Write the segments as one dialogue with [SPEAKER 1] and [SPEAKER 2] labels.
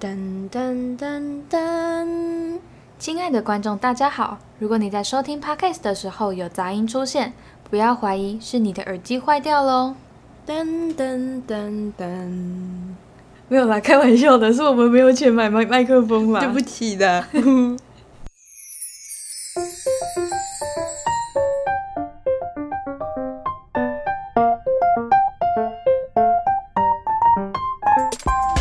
[SPEAKER 1] 噔噔噔噔，
[SPEAKER 2] 亲爱的观众，大家好！如果你在收听 podcast 的时候有杂音出现，不要怀疑是你的耳机坏掉喽。
[SPEAKER 1] 噔噔噔噔，没有啦，开玩笑的，是我们没有钱买麦麦克风啦。
[SPEAKER 2] 对不
[SPEAKER 1] 起的。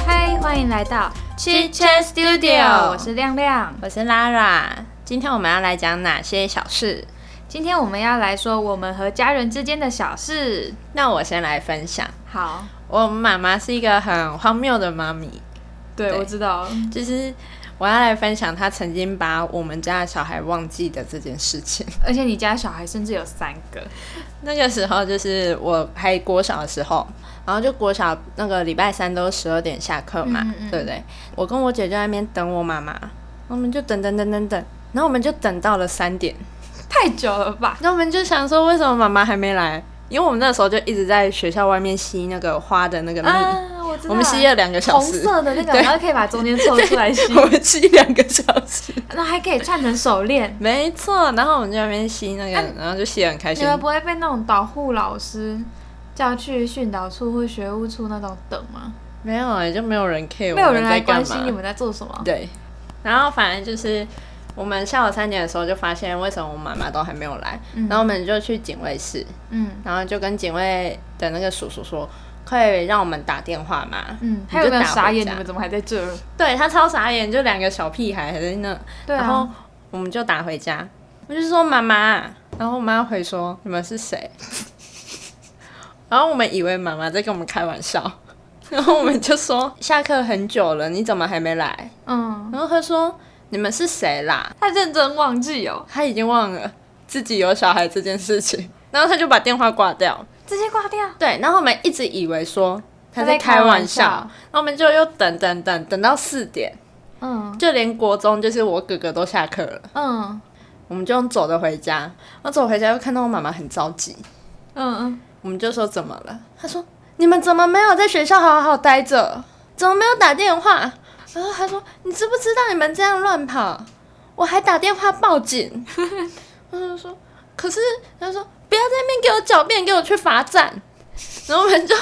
[SPEAKER 2] 嗨，欢迎来到 Chit Chat Studio，我是亮亮。
[SPEAKER 1] 我是 Lara，今天我们要来讲哪些小事？
[SPEAKER 2] 今天我们要来说我们和家人之间的小事。
[SPEAKER 1] 那我先来分享。
[SPEAKER 2] 好，
[SPEAKER 1] 我妈妈是一个很荒谬的妈咪，
[SPEAKER 2] 对
[SPEAKER 1] 对
[SPEAKER 2] 我知道，
[SPEAKER 1] 就是我要来分享她曾经把我们家的小孩忘记的这件事情。
[SPEAKER 2] 而且你家小孩甚至有三个，
[SPEAKER 1] 那个时候就是我还国小的时候，然后就国小那个礼拜三都十二点下课嘛，
[SPEAKER 2] 嗯嗯嗯
[SPEAKER 1] 对不对？我跟我姐就在那边等我妈妈，我们就等等等等等，然后我们就等到了三点，
[SPEAKER 2] 太久了吧？
[SPEAKER 1] 那我们就想说为什么妈妈还没来？因为我们那时候就一直在学校外面吸那个花的那个蜜，
[SPEAKER 2] 啊，我知道，
[SPEAKER 1] 我们吸了两个小
[SPEAKER 2] 红
[SPEAKER 1] 时，
[SPEAKER 2] 色的那个，
[SPEAKER 1] 对
[SPEAKER 2] 然后可以把中间抽出来吸
[SPEAKER 1] ，我们吸两个小时，
[SPEAKER 2] 然后还可以串成手链。
[SPEAKER 1] 没错。然后我们就在那边吸那个，
[SPEAKER 2] 啊
[SPEAKER 1] 然后就吸得很开
[SPEAKER 2] 你
[SPEAKER 1] 心。
[SPEAKER 2] 们不会被那种导护老师叫去训导处或学务处那种等吗？
[SPEAKER 1] 没有、欸，就没有人 care，
[SPEAKER 2] 没有人
[SPEAKER 1] 我们在
[SPEAKER 2] 来
[SPEAKER 1] 干
[SPEAKER 2] 关
[SPEAKER 1] 嘛
[SPEAKER 2] 心你们在做什么？
[SPEAKER 1] 对，然后反正就是我们下午三点的时候就发现为什么我妈妈都还没有来，
[SPEAKER 2] 嗯
[SPEAKER 1] 然后我们就去警卫室，
[SPEAKER 2] 嗯
[SPEAKER 1] 然后就跟警卫的那个叔叔说，可以让我们打电话吗？
[SPEAKER 2] 嗯，
[SPEAKER 1] 就
[SPEAKER 2] 还有没有
[SPEAKER 1] 打回
[SPEAKER 2] 傻眼？
[SPEAKER 1] 家
[SPEAKER 2] 你们怎么还在这儿？
[SPEAKER 1] 对他超傻眼，就两个小屁孩还在那，
[SPEAKER 2] 对
[SPEAKER 1] 然后
[SPEAKER 2] 啊，
[SPEAKER 1] 我们就打回家，我就说妈妈，然后我妈回说你们是谁？ 然后我们以为妈妈在跟我们开玩笑， 然后我们就说下课很久了，你怎么还没来？
[SPEAKER 2] 嗯，
[SPEAKER 1] 然后他说：“你们是谁啦
[SPEAKER 2] 他认真忘记哦？”，
[SPEAKER 1] 他已经忘了自己有小孩这件事情，然后他就把电话挂掉。
[SPEAKER 2] 直接挂掉。
[SPEAKER 1] 对，然后我们一直以为说他在
[SPEAKER 2] 在
[SPEAKER 1] 开
[SPEAKER 2] 开
[SPEAKER 1] 玩
[SPEAKER 2] 玩
[SPEAKER 1] 笑，
[SPEAKER 2] 笑
[SPEAKER 1] 然后我们就又等等等等到四点，
[SPEAKER 2] 嗯
[SPEAKER 1] 就连国中就是我哥哥都下课了，
[SPEAKER 2] 嗯
[SPEAKER 1] 我们就用走的回家。我走回家又看到我妈妈很着急，
[SPEAKER 2] 嗯嗯，
[SPEAKER 1] 我们就说怎么了？他说：“你们怎么没有在学校好好待着？怎么没有打电话？”然后他说：“你知不知道你们这样乱跑？我还打电话报警。” 我就说：“可是他说不要在那边给我狡辩，给我去罚站。”然后我们就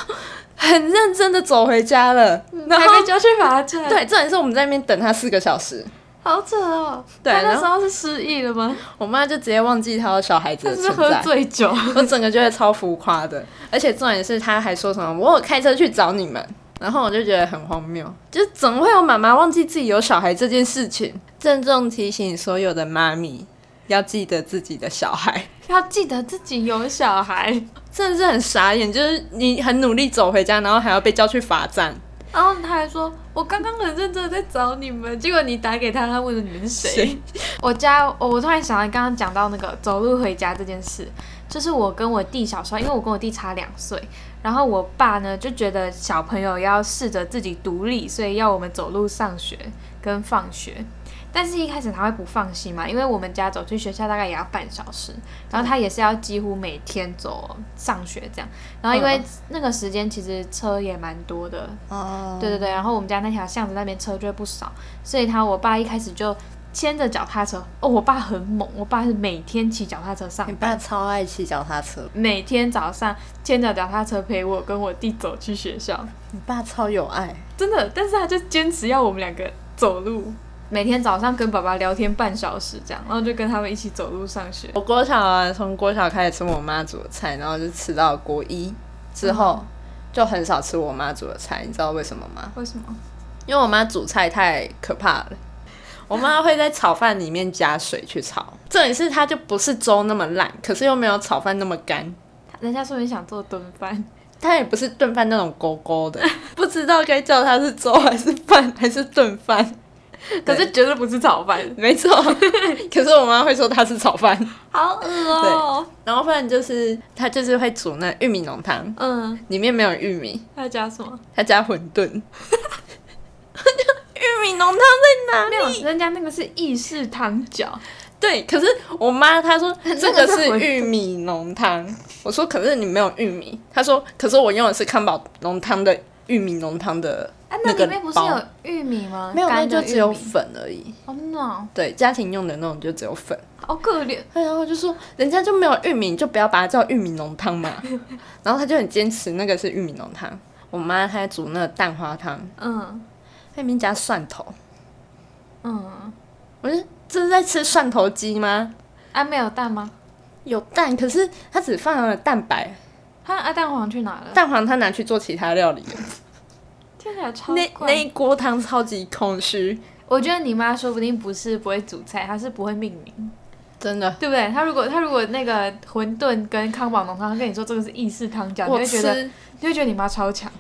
[SPEAKER 1] 很认真的走回家了。然后
[SPEAKER 2] 嗯还没交去罚站，，
[SPEAKER 1] 对，重点是我们在那边等他四个小时。
[SPEAKER 2] 好扯哦。
[SPEAKER 1] 对
[SPEAKER 2] 他那
[SPEAKER 1] 然后
[SPEAKER 2] 时候是失忆了吗？
[SPEAKER 1] 我妈就直接忘记她有小孩子的
[SPEAKER 2] 他是不是
[SPEAKER 1] 存
[SPEAKER 2] 喝
[SPEAKER 1] 在。
[SPEAKER 2] 醉酒？
[SPEAKER 1] 我整个觉得超浮夸的，而且重点是他还说什么我有开车去找你们，然后我就觉得很荒谬，就是怎么会有妈妈忘记自己有小孩这件事情？郑重提醒所有的妈咪要记得自己的小孩，
[SPEAKER 2] 要记得自己有小 孩。
[SPEAKER 1] 真的是很傻眼，就是你很努力走回家，然后还要被叫去罚站，
[SPEAKER 2] 然后他还说：“我刚刚很认真地在找你们，结果你打给他，他问了你们是谁
[SPEAKER 1] 谁？”
[SPEAKER 2] 我家，我我突然想到，刚刚讲到那个走路回家这件事，就是我跟我弟小时候，因为我跟我弟差两岁，然后我爸呢就觉得小朋友要试着自己独立，所以要我们走路上学跟放学。但是，一开始他会不放心嘛，因为我们家走去学校大概也要半小时，然后他也是要几乎每天走上学这样。然后，因为
[SPEAKER 1] 嗯
[SPEAKER 2] 那个时间其实车也蛮多的，
[SPEAKER 1] 哦，
[SPEAKER 2] 对对对，然后我们家那条巷子那边车就会不少，所以他我爸一开始就牵着脚踏车。哦，我爸很猛，我爸是每天骑脚踏车上
[SPEAKER 1] 你
[SPEAKER 2] 班，
[SPEAKER 1] 爸超爱骑脚踏车，
[SPEAKER 2] 每天早上牵着脚踏车陪我跟我弟走去学校，
[SPEAKER 1] 你爸超有爱，
[SPEAKER 2] 真的。但是他就坚持要我们两个走路，每天早上跟爸爸聊天半小时这样，然后就跟他们一起走路上学。
[SPEAKER 1] 我国小啊，从国小开始吃我妈煮的菜，然后就吃到国一之后，就很少吃我妈煮的菜，你知道为什么吗？
[SPEAKER 2] 为什么？
[SPEAKER 1] 因为我妈煮菜太可怕了。我妈会在炒饭里面加水去炒， 重点是它就不是粥那么烂，可是又没有炒饭那么干，
[SPEAKER 2] 人家说你想做炖饭，
[SPEAKER 1] 它也不是炖饭那种勾勾的， 不知道该叫它是粥还是饭还是炖饭。
[SPEAKER 2] 可是绝对不是炒饭，
[SPEAKER 1] 没错， 可是我妈会说它是炒 饭，
[SPEAKER 2] 好恶哦。
[SPEAKER 1] 然后不然就是她就是会煮那玉米浓汤，
[SPEAKER 2] 嗯，
[SPEAKER 1] 里面没有玉米，
[SPEAKER 2] 还要加什么？
[SPEAKER 1] 他加馄饨。玉米浓汤在哪
[SPEAKER 2] 没有，人家那个是意式汤饺。
[SPEAKER 1] 对，可是我妈她说这个
[SPEAKER 2] 那
[SPEAKER 1] 是
[SPEAKER 2] 个是
[SPEAKER 1] 玉米浓汤，我说可是你没有玉米，她说可是我用的是康宝浓汤的玉米浓汤的
[SPEAKER 2] 啊，
[SPEAKER 1] 那
[SPEAKER 2] 那里
[SPEAKER 1] 个
[SPEAKER 2] 面不是
[SPEAKER 1] 包
[SPEAKER 2] 有玉米吗？
[SPEAKER 1] 没有，那
[SPEAKER 2] 干的
[SPEAKER 1] 就只有
[SPEAKER 2] 玉米
[SPEAKER 1] 粉而已。
[SPEAKER 2] 哦，那
[SPEAKER 1] 对，家庭用的那种就只有粉。
[SPEAKER 2] 好可怜。
[SPEAKER 1] 然后就说人家就没有玉米，你就不要把它叫玉米浓汤嘛。 然后他就很坚持那个是玉米浓汤。我妈她在煮那个蛋花汤，
[SPEAKER 2] 嗯
[SPEAKER 1] 她里面加蒜头，
[SPEAKER 2] 嗯，
[SPEAKER 1] 我就这是在吃蒜头鸡吗？
[SPEAKER 2] 啊，没有蛋吗？
[SPEAKER 1] 有蛋，可是她只放了蛋白，
[SPEAKER 2] 他啊，蛋黄去哪了？
[SPEAKER 1] 蛋黄她拿去做其他料理了。
[SPEAKER 2] 听起来超
[SPEAKER 1] 那那
[SPEAKER 2] 怪。
[SPEAKER 1] 一锅汤超级空虚，
[SPEAKER 2] 我觉得你妈说不定不是不会煮菜，她是不会命名，
[SPEAKER 1] 真的。
[SPEAKER 2] 对不对？她如果她如果那个馄饨跟康宝浓汤，她跟你说这个是意式汤饺，你
[SPEAKER 1] 我
[SPEAKER 2] 会觉得
[SPEAKER 1] 吃，
[SPEAKER 2] 你会觉得你妈超强。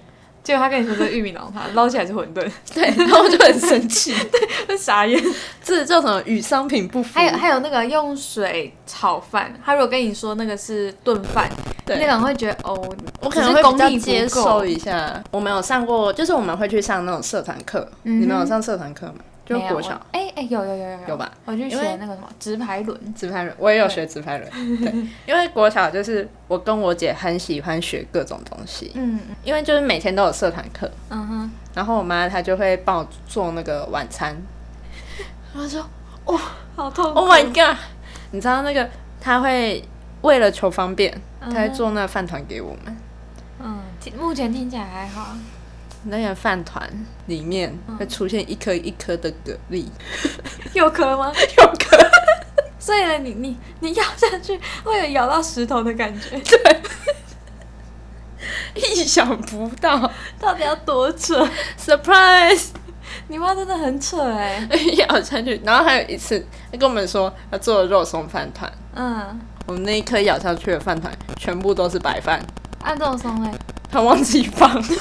[SPEAKER 2] 结果她跟你说这是玉米浓汤，捞起来是馄饨，
[SPEAKER 1] 对，然后我就很生气。
[SPEAKER 2] 傻眼。
[SPEAKER 1] 这叫什么与商品不符？
[SPEAKER 2] 还有还有那个用水炒饭，她如果跟你说那个是炖饭，你可
[SPEAKER 1] 对，
[SPEAKER 2] 能会觉得哦，
[SPEAKER 1] 我可能
[SPEAKER 2] 只
[SPEAKER 1] 会
[SPEAKER 2] 是
[SPEAKER 1] 比
[SPEAKER 2] 功
[SPEAKER 1] 较
[SPEAKER 2] 力不
[SPEAKER 1] 接
[SPEAKER 2] 够
[SPEAKER 1] 受一下。我们有上过，就是我们会去上那种社团课。
[SPEAKER 2] 嗯哼
[SPEAKER 1] 你们有上社团课吗？就
[SPEAKER 2] 没有
[SPEAKER 1] 国
[SPEAKER 2] 我
[SPEAKER 1] 小
[SPEAKER 2] 哎哎有有有有
[SPEAKER 1] 有吧？
[SPEAKER 2] 我去
[SPEAKER 1] 因为
[SPEAKER 2] 学那个什么直排轮，
[SPEAKER 1] 直排轮，我也有学直 排轮。对，因为国小就是我跟我姐很喜欢学各种东西，
[SPEAKER 2] 嗯
[SPEAKER 1] 因为就是每天都有社团课，
[SPEAKER 2] 嗯哼，
[SPEAKER 1] 然后我妈她就会帮我做那个晚餐。她说
[SPEAKER 2] 好痛苦
[SPEAKER 1] Oh my god！你知道那个他会为了求方便，他会
[SPEAKER 2] 嗯哼
[SPEAKER 1] 做那个饭团给我们。
[SPEAKER 2] 嗯，听目前听起来还好，
[SPEAKER 1] 那个饭团里面会出现一颗一颗的蛤蜊，
[SPEAKER 2] 有壳吗？
[SPEAKER 1] 有颗
[SPEAKER 2] 所以呢，你你你咬下去会有咬到石头的感觉，
[SPEAKER 1] 意想不到
[SPEAKER 2] 到底要多扯？
[SPEAKER 1] ，surprise！
[SPEAKER 2] 你妈真的很扯哎、
[SPEAKER 1] 咬下去，然后还有一次，他跟我们说他做了肉松饭团，
[SPEAKER 2] 嗯，
[SPEAKER 1] 我们那一颗咬下去的饭团全部都是白饭，
[SPEAKER 2] 按这种松嘞，
[SPEAKER 1] 他忘记放，
[SPEAKER 2] 所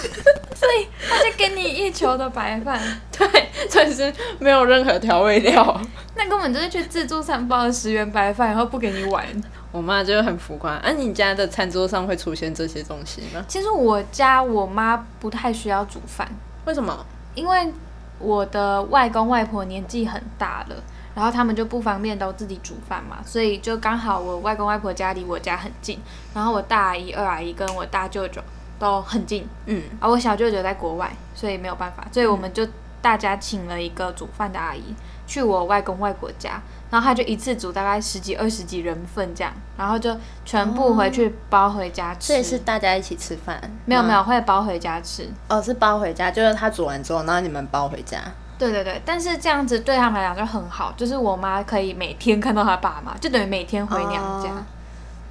[SPEAKER 2] 以他就给你一球的白饭，
[SPEAKER 1] 对，但是没有任何调味料。
[SPEAKER 2] 那根本就是去自助餐包的十元白饭，然后不给你玩。
[SPEAKER 1] 我妈就很浮夸，啊，你家的餐桌上会出现这些东西吗？
[SPEAKER 2] 其实我家我妈不太需要煮饭，
[SPEAKER 1] 为什么？
[SPEAKER 2] 因为我的外公外婆年纪很大了，然后他们就不方便都自己煮饭嘛，所以就刚好我外公外婆家离我家很近，然后我大阿姨、二阿姨跟我大舅舅都很近，
[SPEAKER 1] 嗯，
[SPEAKER 2] 而我小舅舅在国外，所以没有办法，所以我们就大家请了一个煮饭的阿姨去我外公外婆家，然后他就一次煮大概十几、二十几人份这样，然后就全部回去包回家
[SPEAKER 1] 哦
[SPEAKER 2] 吃。
[SPEAKER 1] 所以是大家一起吃饭？
[SPEAKER 2] 没有
[SPEAKER 1] 吗
[SPEAKER 2] 没有会包回家吃，
[SPEAKER 1] 哦，是包回家，就是他煮完之后，然后你们包回家。
[SPEAKER 2] 对对对，但是这样子对他们来讲就很好，就是我妈可以每天看到她爸妈，就等于每天回娘家。
[SPEAKER 1] 哦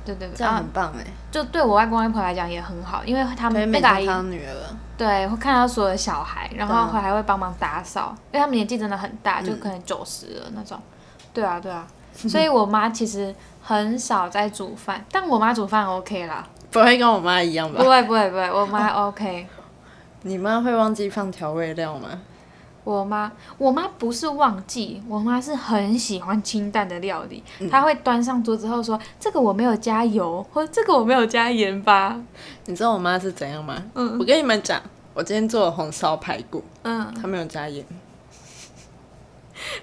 [SPEAKER 2] 对对对，
[SPEAKER 1] 这样
[SPEAKER 2] 啊
[SPEAKER 1] 很，棒哎、
[SPEAKER 2] 就对我外公外婆来讲也很好，因为他
[SPEAKER 1] 可以
[SPEAKER 2] 们
[SPEAKER 1] 每
[SPEAKER 2] 那个阿
[SPEAKER 1] 天
[SPEAKER 2] 姨
[SPEAKER 1] 当女儿，
[SPEAKER 2] 对会看到所有的小孩，然后
[SPEAKER 1] 对啊
[SPEAKER 2] 还会帮忙打扫，因为他们年纪真的很大，就
[SPEAKER 1] 嗯
[SPEAKER 2] 可能九十了那种。对啊对啊，所以我妈其实很少在煮饭，但我妈煮饭 OK 啦，
[SPEAKER 1] 不会跟我妈一样
[SPEAKER 2] 不
[SPEAKER 1] 吧？
[SPEAKER 2] 会不会不会，我妈 OK。
[SPEAKER 1] 你妈会忘记放调味料吗？
[SPEAKER 2] 我妈，我妈不是忘记，我妈是很喜欢清淡的料理，她会端上桌之后说：“这个我没有加油，或这个我没有加盐吧。
[SPEAKER 1] 你知道我妈是怎样吗？嗯，我跟你们讲，我今天做了红烧排骨，”
[SPEAKER 2] 嗯，
[SPEAKER 1] 她没有加盐。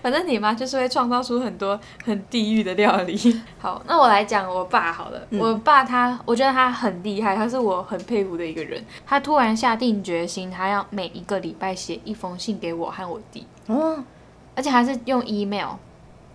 [SPEAKER 2] 反正你妈就是会创造出很多很地狱的料理。 好，那我来讲我爸好了。我爸他，我觉得他很厉害，他是我很佩服的一个人。他突然下定决心，他要每一个礼拜写一封信给我和我弟。
[SPEAKER 1] 哦，
[SPEAKER 2] 而且还是用 email，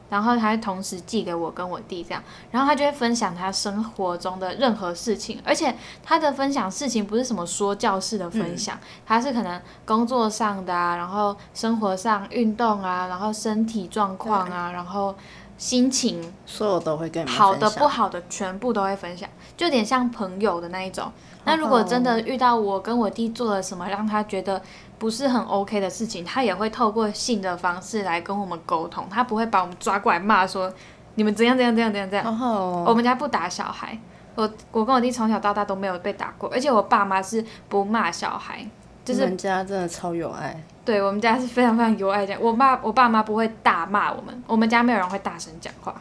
[SPEAKER 2] 然后还同时寄给我跟我弟这样，然后他就会分享他生活中的任何事情，而且他的分享事情不是什么说教式的分享，他是可能工作上的啊，然后生活上运动啊，然后身体状况啊，然后心情
[SPEAKER 1] 所以我都会跟你们
[SPEAKER 2] 好的
[SPEAKER 1] 分享
[SPEAKER 2] 不好的全部都会分享，就有点像朋友的那一种。那如
[SPEAKER 1] 好
[SPEAKER 2] 果
[SPEAKER 1] 哦
[SPEAKER 2] 真的遇到我跟我弟做了什么让他觉得不是很 OK 的事情，他也会透过信的方式来跟我们沟通，他不会把我们抓过来骂说你们怎样怎样怎样怎样怎样。
[SPEAKER 1] 好好
[SPEAKER 2] 我
[SPEAKER 1] 哦，
[SPEAKER 2] 们家不打小孩，我我跟我弟从小到大都没有被打过，而且我爸妈是不骂小孩，就
[SPEAKER 1] 你
[SPEAKER 2] 是
[SPEAKER 1] 们家真的超有爱，
[SPEAKER 2] 对我们家是非常非常有爱讲。我爸我爸妈不会大骂我们，我们家没有人会大声讲话。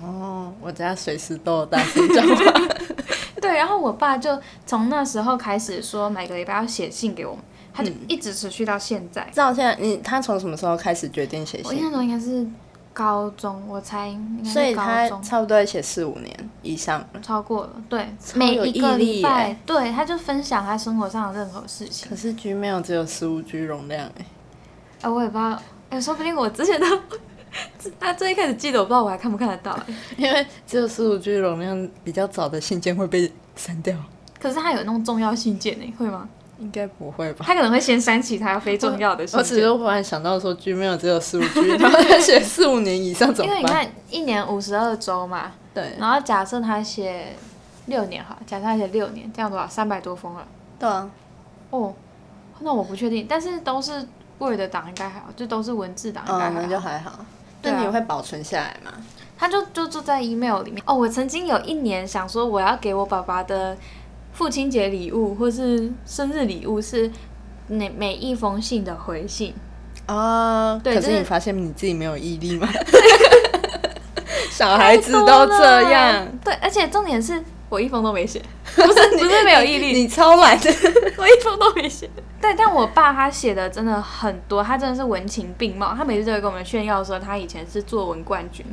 [SPEAKER 1] 哦，我家随时都有大声 讲话，
[SPEAKER 2] 对，然后我爸就从那时候开始说每个礼拜要写信给我们，
[SPEAKER 1] 嗯
[SPEAKER 2] 他就一直持续到现在。
[SPEAKER 1] 照现在你他从什么时候开始决定写
[SPEAKER 2] 我印
[SPEAKER 1] 信？
[SPEAKER 2] 象中应该是高中，我猜应该
[SPEAKER 1] 所以
[SPEAKER 2] 是
[SPEAKER 1] 他
[SPEAKER 2] 高中。
[SPEAKER 1] 差不多也写四五年以上了。
[SPEAKER 2] 超过了，对，
[SPEAKER 1] 超
[SPEAKER 2] 每
[SPEAKER 1] 有
[SPEAKER 2] 一个
[SPEAKER 1] 毅力
[SPEAKER 2] 礼拜
[SPEAKER 1] 耶，
[SPEAKER 2] 对，他就分享他生活上的任何事情
[SPEAKER 1] 可。是 Gmail 只有十五 G 容量哎、
[SPEAKER 2] 啊，我也不知道，哎、说不定我之前都，他最一开始记得，我不知道我还看不看得到、哎
[SPEAKER 1] 因为只有十五 G 容量，比较早的信件会被删掉，
[SPEAKER 2] 可是他有那种重要信件呢、哎会吗？
[SPEAKER 1] 应该不会吧？
[SPEAKER 2] 他可能会先删其他非重要的信
[SPEAKER 1] 我只是
[SPEAKER 2] 件。
[SPEAKER 1] 忽然想到说 Gmail 只有十五 G，然后他写四五年以上怎
[SPEAKER 2] 因
[SPEAKER 1] 么
[SPEAKER 2] 为你
[SPEAKER 1] 办？
[SPEAKER 2] 看，一年五十二周嘛，
[SPEAKER 1] 对
[SPEAKER 2] 然后假设他写六年哈，假设他写六年，这样多少？三百多封了。
[SPEAKER 1] 对啊，
[SPEAKER 2] 哦，那我不确定，但是都是 Word 的档应该还好，就都是文字档应该
[SPEAKER 1] 嗯，
[SPEAKER 2] 还
[SPEAKER 1] 那
[SPEAKER 2] 好。
[SPEAKER 1] 就还好。
[SPEAKER 2] 对啊
[SPEAKER 1] 那你会保存下来吗？
[SPEAKER 2] 他就就住在 email 里面。哦，我曾经有一年想说我要给我爸爸的父亲节礼物或是生日礼物是每每一封信的回信，
[SPEAKER 1] 啊、
[SPEAKER 2] 对
[SPEAKER 1] 可
[SPEAKER 2] 就是是
[SPEAKER 1] 你发现你自己没有毅力 吗？小孩子都这样，
[SPEAKER 2] 对，而且重点是我一封都 没写，不是不是没有毅力，
[SPEAKER 1] 你超懒的。
[SPEAKER 2] 我一封都没写。对，但我爸他写的真的很多，他真的是文情并茂，他每次都会跟我们炫耀说他以前是作文冠军，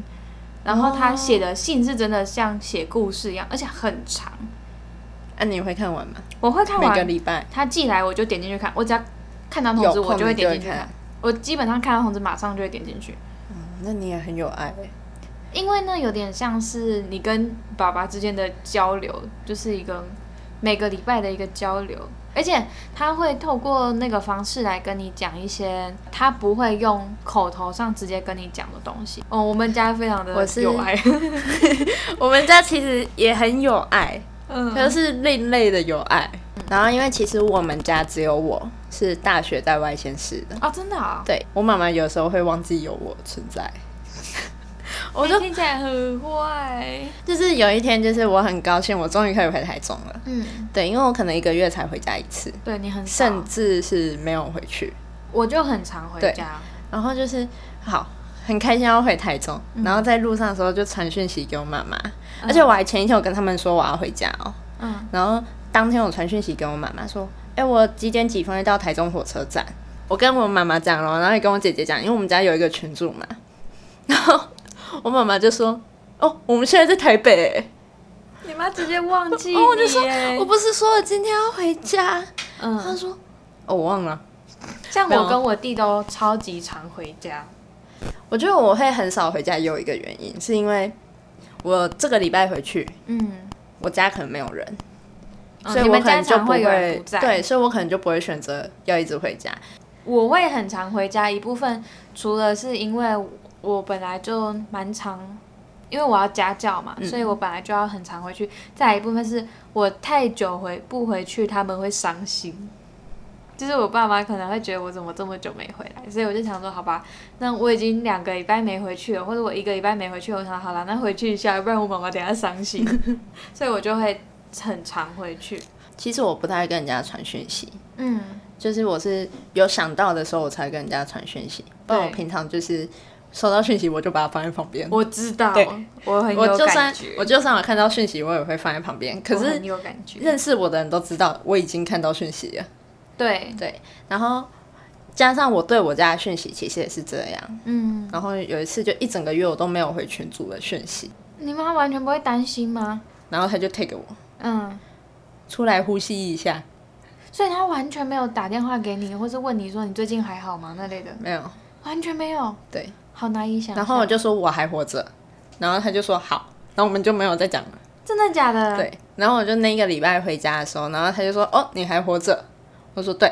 [SPEAKER 2] 然后他写的信是真的像写故事一样，而且很长。
[SPEAKER 1] 那、啊你会看完吗？
[SPEAKER 2] 我会看
[SPEAKER 1] 每个
[SPEAKER 2] 完，
[SPEAKER 1] 礼拜
[SPEAKER 2] 他寄来我就点进去看，我只要看到通知
[SPEAKER 1] 有
[SPEAKER 2] 我
[SPEAKER 1] 空
[SPEAKER 2] 就会
[SPEAKER 1] 你就
[SPEAKER 2] 点
[SPEAKER 1] 会
[SPEAKER 2] 进去看
[SPEAKER 1] 看。。
[SPEAKER 2] 我基本上看到通知马上就会点进去，
[SPEAKER 1] 嗯那你也很有爱欸。
[SPEAKER 2] 因为呢有点像是你跟爸爸之间的交流，就是一个每个礼拜的一个交流，而且他会透过那个方式来跟你讲一些他不会用口头上直接跟你讲的东西。哦，我们家非常的
[SPEAKER 1] 我是
[SPEAKER 2] 有爱，
[SPEAKER 1] 我们家其实也很有爱，可
[SPEAKER 2] 嗯，
[SPEAKER 1] 是另类的有爱。然后因为其实我们家只有我是大学在外县市的，
[SPEAKER 2] 哦，真的 啊、
[SPEAKER 1] 对我妈妈有时候会忘记有我存在。我
[SPEAKER 2] 你
[SPEAKER 1] 就
[SPEAKER 2] 听起来很坏，
[SPEAKER 1] 就是有一天，就是我很高兴，我终于可以回台中了。
[SPEAKER 2] 嗯，
[SPEAKER 1] 对，因为我可能一个月才回家一次，
[SPEAKER 2] 对你很少
[SPEAKER 1] 甚至是没有回去。
[SPEAKER 2] 我就很常回
[SPEAKER 1] 对
[SPEAKER 2] 家，
[SPEAKER 1] 然后就是好，很开心要回台中，
[SPEAKER 2] 嗯
[SPEAKER 1] 然后在路上的时候就传讯息给我妈妈，而且我还前一天我跟他们说我要回家哦，
[SPEAKER 2] 嗯。
[SPEAKER 1] 然后当天我传讯息给我妈妈说，哎、我几点几分会到台中火车站？我跟我妈妈讲了，然后也跟我姐姐讲，因为我们家有一个群主嘛，然后我妈妈就说，哦，我们现在在台北欸、
[SPEAKER 2] 你妈直接忘 记
[SPEAKER 1] 哦我就说
[SPEAKER 2] 你耶
[SPEAKER 1] 我不是说了今天要回家？她
[SPEAKER 2] 嗯，
[SPEAKER 1] 说，哦，我忘了。
[SPEAKER 2] 像
[SPEAKER 1] 没有
[SPEAKER 2] 我跟我弟都超级常回家，
[SPEAKER 1] 我觉得我会很少回家，有一个原因是因为我这个礼拜回去，
[SPEAKER 2] 嗯，
[SPEAKER 1] 我家可能没有人，
[SPEAKER 2] 嗯
[SPEAKER 1] 所以
[SPEAKER 2] 你
[SPEAKER 1] 我
[SPEAKER 2] 们
[SPEAKER 1] 可
[SPEAKER 2] 家
[SPEAKER 1] 能就
[SPEAKER 2] 常
[SPEAKER 1] 不
[SPEAKER 2] 会有人
[SPEAKER 1] 会
[SPEAKER 2] 不在，，
[SPEAKER 1] 对，所以我可能就不会选择要一直回家。
[SPEAKER 2] 我会很常回家，一部分除了是因为我本来就蛮常。因为我要家教嘛，
[SPEAKER 1] 嗯
[SPEAKER 2] 所以我本来就要很常回去。再来一部分是我太久回不回去，他们会伤心，就是我爸妈可能会觉得我怎么这么久没回来，所以我就想说，好吧，那我已经两个礼拜没回去了，或者我一个礼拜没回去，我想好了，那回去一下，要不然我妈妈等一下伤心， 所以我就会很常回去。
[SPEAKER 1] 其实我不太跟人家传讯息，
[SPEAKER 2] 嗯，
[SPEAKER 1] 就是我是有想到的时候我才跟人家传讯息，不然我
[SPEAKER 2] 对
[SPEAKER 1] 平常就是收到讯息我就把它放在旁边。
[SPEAKER 2] 我知道
[SPEAKER 1] 对，
[SPEAKER 2] 我很
[SPEAKER 1] 我
[SPEAKER 2] 有
[SPEAKER 1] 就算
[SPEAKER 2] 感觉，哦
[SPEAKER 1] 我就算我看到讯息，我也会放在旁边。可
[SPEAKER 2] 我
[SPEAKER 1] 是
[SPEAKER 2] 很有感觉，
[SPEAKER 1] 认识我的人都知道我已经看到讯息了，
[SPEAKER 2] 对，
[SPEAKER 1] 然后加上我对我家的讯息其实也是这样。
[SPEAKER 2] 嗯，
[SPEAKER 1] 然后有一次就一整个月我都没有回群主的讯息，
[SPEAKER 2] 你妈完全不会担心吗？
[SPEAKER 1] 然后他就 take 我
[SPEAKER 2] 嗯，
[SPEAKER 1] 出来呼吸一下，
[SPEAKER 2] 所以她完全没有打电话给你，或是问你说你最近还好吗那类的，
[SPEAKER 1] 没有
[SPEAKER 2] 完全没有，
[SPEAKER 1] 对，
[SPEAKER 2] 好难以想象。
[SPEAKER 1] 然后我就说我还活着，然后他就说好，然后我们就没有再讲了，
[SPEAKER 2] 真的假的？，
[SPEAKER 1] 对，然后我就那一个礼拜回家的时候，然后他就说哦你还活着，我说对，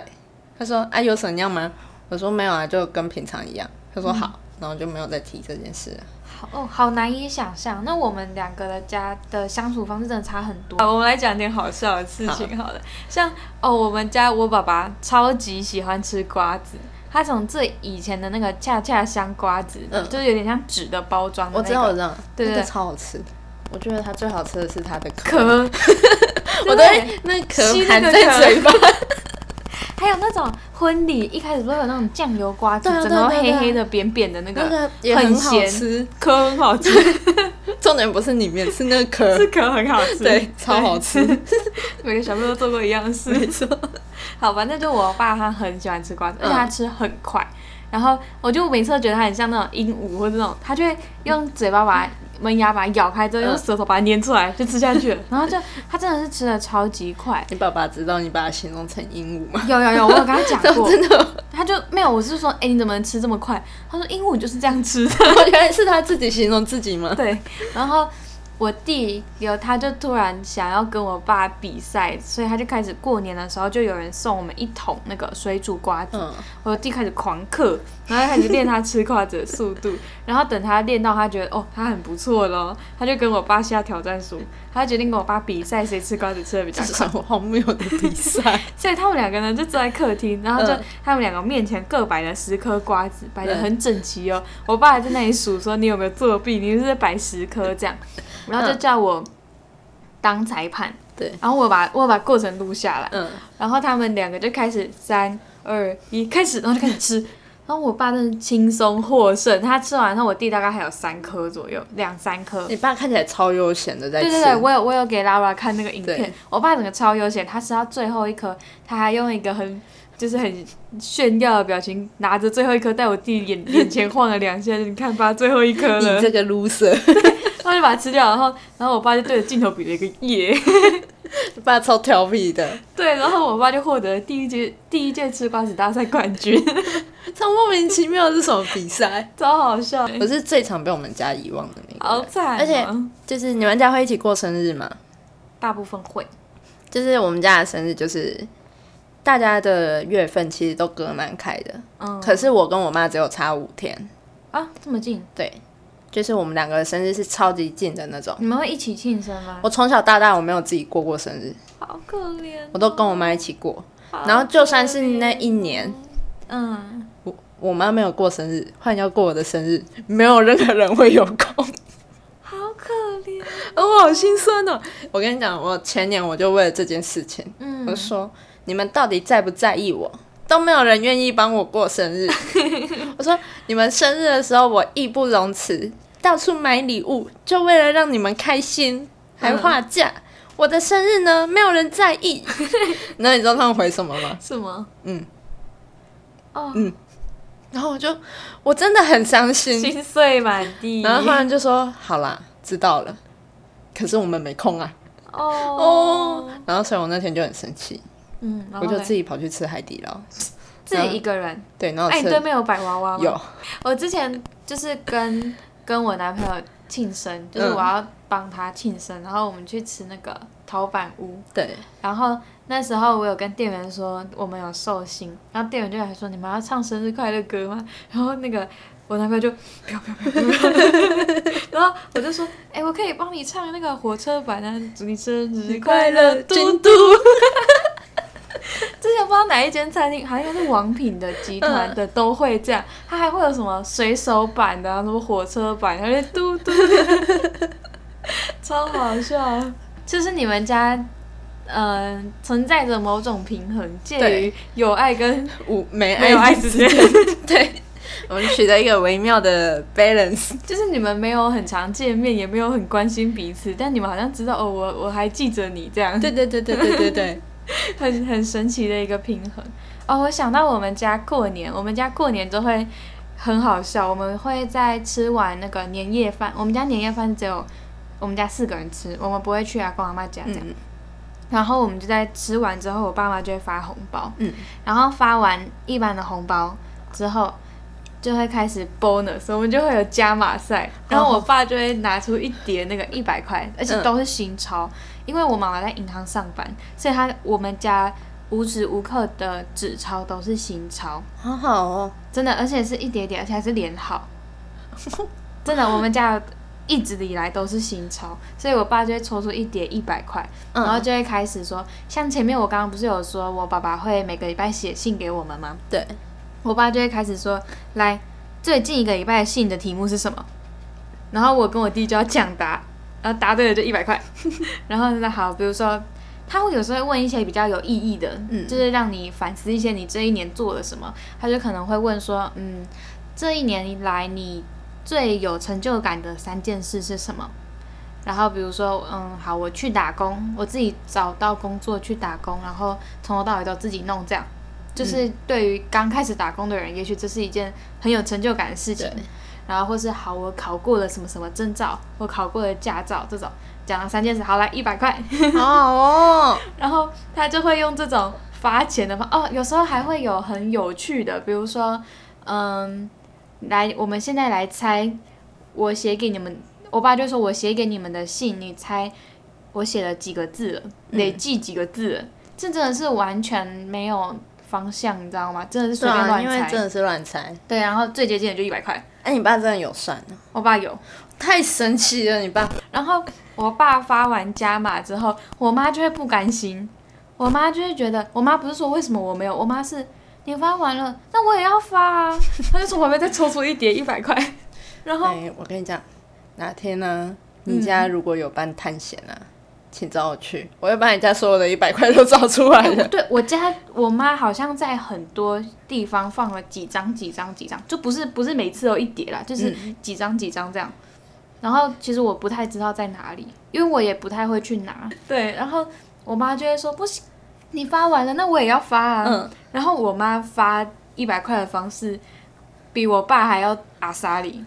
[SPEAKER 1] 他说啊有什么样吗？我说没有啊，就跟平常一样，他说好，然后就没有再提这件事了。
[SPEAKER 2] 好哦，好难以想象。那我们两个的家的相处方式真的差很多。好我们来讲点好笑的事情好了，像哦，我们家我爸爸超级喜欢吃瓜子。他从最以前的那个恰恰香瓜子，
[SPEAKER 1] 嗯
[SPEAKER 2] 就是有点像纸的包装的
[SPEAKER 1] 我
[SPEAKER 2] 那
[SPEAKER 1] 知
[SPEAKER 2] 个
[SPEAKER 1] 道我知道，
[SPEAKER 2] 对
[SPEAKER 1] 那
[SPEAKER 2] 对
[SPEAKER 1] 个超好吃，我觉得它最好吃的是它的壳，
[SPEAKER 2] 壳，
[SPEAKER 1] 我 都
[SPEAKER 2] 对
[SPEAKER 1] 会那壳
[SPEAKER 2] 吸那
[SPEAKER 1] 含
[SPEAKER 2] 个
[SPEAKER 1] 在
[SPEAKER 2] 壳
[SPEAKER 1] 嘴巴。
[SPEAKER 2] 还有那种婚礼一开始不会有那种酱油瓜子
[SPEAKER 1] 对，啊
[SPEAKER 2] 整个
[SPEAKER 1] 对啊对
[SPEAKER 2] 黑
[SPEAKER 1] 啊
[SPEAKER 2] 黑的、扁扁的那
[SPEAKER 1] 那
[SPEAKER 2] 个，
[SPEAKER 1] 个也
[SPEAKER 2] 很
[SPEAKER 1] 很好
[SPEAKER 2] 咸
[SPEAKER 1] 吃，
[SPEAKER 2] 壳很好 吃，
[SPEAKER 1] 重点不是里面，是那个壳，
[SPEAKER 2] 壳很好吃
[SPEAKER 1] 对，超好吃，
[SPEAKER 2] 每个小朋友都做过一样的事，
[SPEAKER 1] 错。
[SPEAKER 2] 好，反正就我爸他很喜欢吃瓜子，而且他
[SPEAKER 1] 嗯
[SPEAKER 2] 吃很快。然后我就每次都觉得他很像那种鹦鹉或者那种，他就会用嘴巴把它门牙把它咬开之后，用
[SPEAKER 1] 嗯
[SPEAKER 2] 舌头把它捏出来就吃下 去了。然后就他真的是吃的超级快。
[SPEAKER 1] 你爸爸知道你把它形容成鹦 鹉吗？
[SPEAKER 2] 有有有，我有跟他讲过，
[SPEAKER 1] 真的，
[SPEAKER 2] 他就没有，我是说，哎、你怎么能吃这么快？他说鹦鹉就是这样吃 的。
[SPEAKER 1] 哦原来是他自己形容自己吗？
[SPEAKER 2] 对，然后我弟有他就突然想要跟我爸比赛，所以他就开始过年的时候就有人送我们一桶那个水煮瓜子，
[SPEAKER 1] 嗯，
[SPEAKER 2] 我弟开始狂嗑，然后就开始练他吃瓜子的速 度，然后等他练到他觉得哦他很不错了，他就跟我爸下挑战书，他就决定跟我爸比赛谁吃瓜子吃的比 较
[SPEAKER 1] 这是
[SPEAKER 2] 快，
[SPEAKER 1] 什么荒谬的比赛？
[SPEAKER 2] 所以他们两个呢就坐在客厅，然后就、
[SPEAKER 1] 嗯
[SPEAKER 2] 他们两个面前各摆了十颗瓜子，摆的
[SPEAKER 1] 嗯
[SPEAKER 2] 很整齐哦。我爸还在那里数说你有没有作弊，你是不是摆十颗这样，
[SPEAKER 1] 嗯
[SPEAKER 2] 然后就叫我当裁判，
[SPEAKER 1] 对，
[SPEAKER 2] 然后我把我把过程录下来，
[SPEAKER 1] 嗯，
[SPEAKER 2] 然后他们两个就开始三二一开始，然后就开始吃。 然后我爸真的轻松获胜，他吃完，然后我弟大概还有三颗左右，两三颗。
[SPEAKER 1] 你爸看起来超悠闲的在吃，
[SPEAKER 2] 对对对，我有我有给 Lara 看那个影片
[SPEAKER 1] 对，
[SPEAKER 2] 我爸整个超悠闲，他吃到最后一颗，他还用一个很就是很炫耀的表情，拿着最后一颗在我弟眼眼前晃了两下，你看吧，最后一颗 了
[SPEAKER 1] 你，这个 loser，
[SPEAKER 2] 他就把它吃掉，然后然后我爸就对着镜头比了一个耶，
[SPEAKER 1] 你爸超调皮的，
[SPEAKER 2] 对，然后我爸就获得了第一届第一届吃瓜子大赛冠军，
[SPEAKER 1] 超莫名其妙是什么比赛？
[SPEAKER 2] 超好笑，
[SPEAKER 1] 我是最常被我们家遗忘的那个
[SPEAKER 2] 好
[SPEAKER 1] 人，
[SPEAKER 2] 惨哦、
[SPEAKER 1] 而且就是你们家会一起过生日吗？
[SPEAKER 2] 大部分会，
[SPEAKER 1] 就是我们家的生日，就是大家的月份其实都隔蛮开的，
[SPEAKER 2] 嗯
[SPEAKER 1] 可是我跟我妈只有差五天，
[SPEAKER 2] 啊这么近，
[SPEAKER 1] 对，就是我们两个的生日是超级近的那种。
[SPEAKER 2] 你们会一起庆生吗？
[SPEAKER 1] 我从小到大我没有自己过过生日，
[SPEAKER 2] 好可怜哦、
[SPEAKER 1] 我都跟我妈一起过。
[SPEAKER 2] 好
[SPEAKER 1] 然后就算是
[SPEAKER 2] 可怜
[SPEAKER 1] 那一年，
[SPEAKER 2] 嗯。
[SPEAKER 1] 我我妈没有过生日，换要过我的生日，没有任何人会有空，
[SPEAKER 2] 好可怜。
[SPEAKER 1] 而我好心酸哦。我跟你讲，我前年我就为了这件事情，我
[SPEAKER 2] 嗯
[SPEAKER 1] 就，说你们到底在不在意我？都没有人愿意帮我过生 日。我说你们生日的时候，我义不容辞，到处买礼物，就为了让你们开心，还画价。我的生日呢，没有人在 意。那你知道他们回什么吗？
[SPEAKER 2] 什么？
[SPEAKER 1] 嗯，
[SPEAKER 2] 哦，
[SPEAKER 1] 然后我就我真的很伤心。
[SPEAKER 2] 心碎满地。
[SPEAKER 1] 嗯然后他们就说：“好啦，知道了。”可是我们没空啊。
[SPEAKER 2] 哦
[SPEAKER 1] 哦，然后所以我那天就很生气，
[SPEAKER 2] 嗯，然
[SPEAKER 1] 我
[SPEAKER 2] 后
[SPEAKER 1] 就
[SPEAKER 2] 嘞
[SPEAKER 1] 自己跑去吃海底捞。
[SPEAKER 2] 自己一个人。
[SPEAKER 1] 对，然后
[SPEAKER 2] 哎，
[SPEAKER 1] 吃
[SPEAKER 2] 你对面有摆娃娃吗？
[SPEAKER 1] 有。
[SPEAKER 2] 我之前就是跟跟我男朋友庆生，就是
[SPEAKER 1] 嗯
[SPEAKER 2] 我要帮他庆生，然后我们去吃那个陶板屋，
[SPEAKER 1] 对，
[SPEAKER 2] 然后。那时候我有跟店员说我们有寿星，然后店员就来说你们要唱生日快乐歌吗？然后那个我男朋友就 然后我就说，哎、我可以帮你唱那个火车版啊，祝你生日快乐，嘟嘟。之前不知道哪一间餐厅，好像应该是王品的集团的都会这样，它还会有什么水手版的、啊，什么火车版，然后就嘟嘟，超好笑。 就是你们家，嗯、存在着某种平衡，介于
[SPEAKER 1] 对
[SPEAKER 2] 有爱跟
[SPEAKER 1] 我没
[SPEAKER 2] 没有爱
[SPEAKER 1] 爱
[SPEAKER 2] 之间，
[SPEAKER 1] 对，我们取得一个微妙的 balance。
[SPEAKER 2] 就是你们没有很常见面，也没有很关心彼此，但你们好像知道哦，我我还记着你这样，
[SPEAKER 1] 对对对对对对对，
[SPEAKER 2] 很很神奇的一个平衡。哦，我想到我们家过年，我们家过年都会很好笑，我们会在吃完那个年夜饭，我们家年夜饭只有我们家四个人吃，我们不会去阿公阿妈家这样。
[SPEAKER 1] 嗯
[SPEAKER 2] 然后我们就在吃完之后，我爸妈就会发红包，
[SPEAKER 1] 嗯，
[SPEAKER 2] 然后发完一般的红包之后，就会开始 bonus，我们就会有加码赛。然后我爸就会拿出一叠那个一百块，而且都是新钞，因为我妈妈在银行上班，所以她我们家无时无刻的纸钞都是新钞，
[SPEAKER 1] 好好哦，
[SPEAKER 2] 真的，而且是一叠叠，而且还是连号，真的，我们家。一直以来都是新钞，所以我爸就会抽出一叠一百块，
[SPEAKER 1] 嗯
[SPEAKER 2] 然后就会开始说，像前面我刚刚不是有说我爸爸会每个礼拜写信给我们吗？
[SPEAKER 1] 对，
[SPEAKER 2] 我爸就会开始说：“来，最近一个礼拜的信的题目是什么？”然后我跟我弟就要抢答，然后答对了就一百块。 然后那好，比如说他会有时候会问一些比较有意义的，
[SPEAKER 1] 嗯
[SPEAKER 2] 就是让你反思一些你这一年做了什么。他就可能会问说：“嗯，这一年以来你最有成就感的三件事是什么？”然后比如说，嗯，好，我去打工，我自己找到工作去打工，然后从头到尾都自己弄，这样，就是对于刚开始打工的人，也许这是一件很有成就感的事情。然后或是好，我考过了什么什么证照，我考过了驾照，这种讲了三件事，好来一百块，
[SPEAKER 1] 好好哦，
[SPEAKER 2] 然后他就会用这种罚钱的方哦，有时候还会有很有趣的，比如说，嗯，来，我们现在来猜，我写给你们，我爸就说我写给你们的信，你猜我写了几个字了，
[SPEAKER 1] 嗯
[SPEAKER 2] 累计几个字了，这真的是完全没有方向，你知道吗？真的是
[SPEAKER 1] 对
[SPEAKER 2] 随便
[SPEAKER 1] 啊，
[SPEAKER 2] 乱
[SPEAKER 1] 因
[SPEAKER 2] 猜
[SPEAKER 1] 为，真的是乱猜。
[SPEAKER 2] 对，然后最接近的就一百块，
[SPEAKER 1] 哎、你爸真的有算哦，
[SPEAKER 2] 我爸有。
[SPEAKER 1] 太神奇了，你爸。
[SPEAKER 2] 然后我爸发完加码之后，我妈就会不甘心，我妈就会觉得，我妈不是说为什么我没有，我妈是你发完了，那我也要发 啊，她就从旁边再抽出一叠一百块，然后
[SPEAKER 1] 哎、我跟你讲，哪天呢，你家如果有办探险啊，请找我去，我会把你家所有的一百块都找出来的。
[SPEAKER 2] 对哎我家我妈好像在很多地方放了几张几张几张，就不是不是每次都一叠啦，就是
[SPEAKER 1] 嗯
[SPEAKER 2] 几张几张这样。然后其实我不太知道在哪里，因为我也不太会去拿。对，然后我妈就会说不行，你发完了，那我也要发啊。
[SPEAKER 1] 嗯，
[SPEAKER 2] 然后我妈发一百块的方式，比我爸还要阿莎 里。